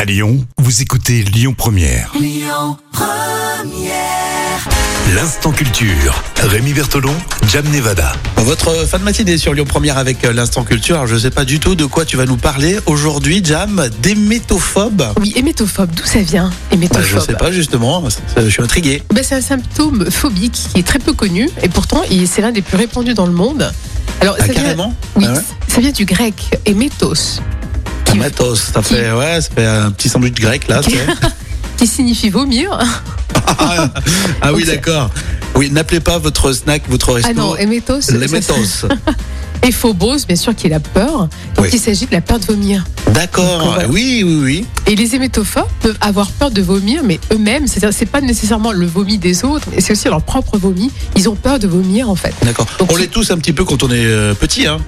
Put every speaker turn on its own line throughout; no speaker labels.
À Lyon, vous écoutez Lyon Première. Lyon Première. L'instant culture. Rémi Bertolon, Jam Nevada.
Votre fin de matinée sur Lyon Première avec euh, l'instant culture. Alors, je ne sais pas du tout de quoi tu vas nous parler aujourd'hui, Jam. D'hémétophobe.
Oui, hémétophobe, d'où ça vient
Bah,
Hémétophobe.
je ne sais pas justement. Ça, ça, Je suis intrigué.
Ben, c'est un symptôme phobique qui est très peu connu et pourtant il- c'est l'un des plus répandus dans le monde. Alors,
Ah,
ça, vient,
carrément.
oui,
Ah ouais
ça vient du grec hémétos, qui-
Tomatos, ça
qui-
fait ouais, ça fait un petit sandwich grec là. tu sais.
qui signifie vomir.
ah, ah oui,
Ok.
d'accord. Oui, n'appelez pas votre snack, votre resto.
Ah non, hémétos. ça-
l'hémétos.
Et phobos, bien sûr, qui est la peur. Donc
Oui.
il s'agit de la peur de vomir.
D'accord.
Donc, voilà.
Oui, oui, oui.
Et les hémétophobes peuvent avoir peur de vomir, mais eux-mêmes, c'est-à-dire c'est pas nécessairement le vomi des autres, mais c'est aussi leur propre vomi. Ils ont peur de vomir en fait.
D'accord.
Donc,
On
c'est-
l'est tous un petit peu quand on est euh, petit, hein.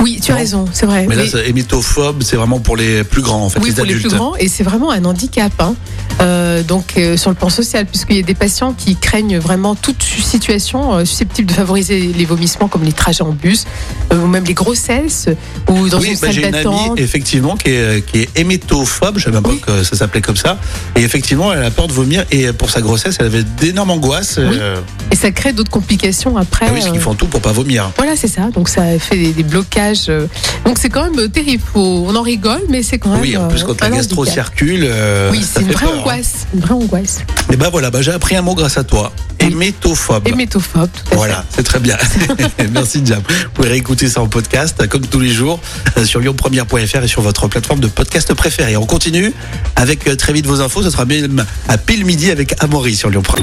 Oui, tu as
Non.
raison, c'est vrai.
Mais là,
Oui.
ça- hémétophobe, c'est vraiment pour les plus grands, en fait,
oui,
les
pour
adultes.
les plus grands, et c'est vraiment un handicap. hein. Euh, donc, euh, sur le plan social, puisqu'il y a des patients qui craignent vraiment toute su- situation euh, susceptible de favoriser les vomissements, comme les trajets en bus, euh, ou même les grossesses, ou dans une
oui, bah,
salle
j'ai une
d'attente.
amie, effectivement, qui est, qui est hémétophobe, je savais même
Oui.
pas que ça s'appelait comme ça. Et effectivement, elle a peur de vomir, et pour sa grossesse, elle avait d'énormes angoisses.
Oui.
euh,
Et ça crée d'autres complications après.
ah oui, parce qu'ils
euh,
font tout pour pas vomir.
Voilà, c'est ça. Donc, ça fait des, des blocages. euh. Donc, c'est quand même euh, terrible. Faut- On en rigole, mais c'est quand même.
oui, en plus,
euh,
quand la
un
gastro
handicap.
circule, euh,
Oui,
ça
c'est une
fait
vraie
peur, hein.
angoisse. Une vraie angoisse.
Et ben voilà, bah, j'ai appris un mot grâce à toi.
Oui.
Hémétophobe.
Hémétophobe, tout à fait.
Voilà, c'est très bien. Merci Jam. Vous pouvez réécouter ça en podcast, comme tous les jours, euh, sur lyonpremière.fr et sur votre plateforme de podcast préférée. On continue avec euh, très vite vos infos. Ce sera même à pile midi avec Amaury sur Lyon 1.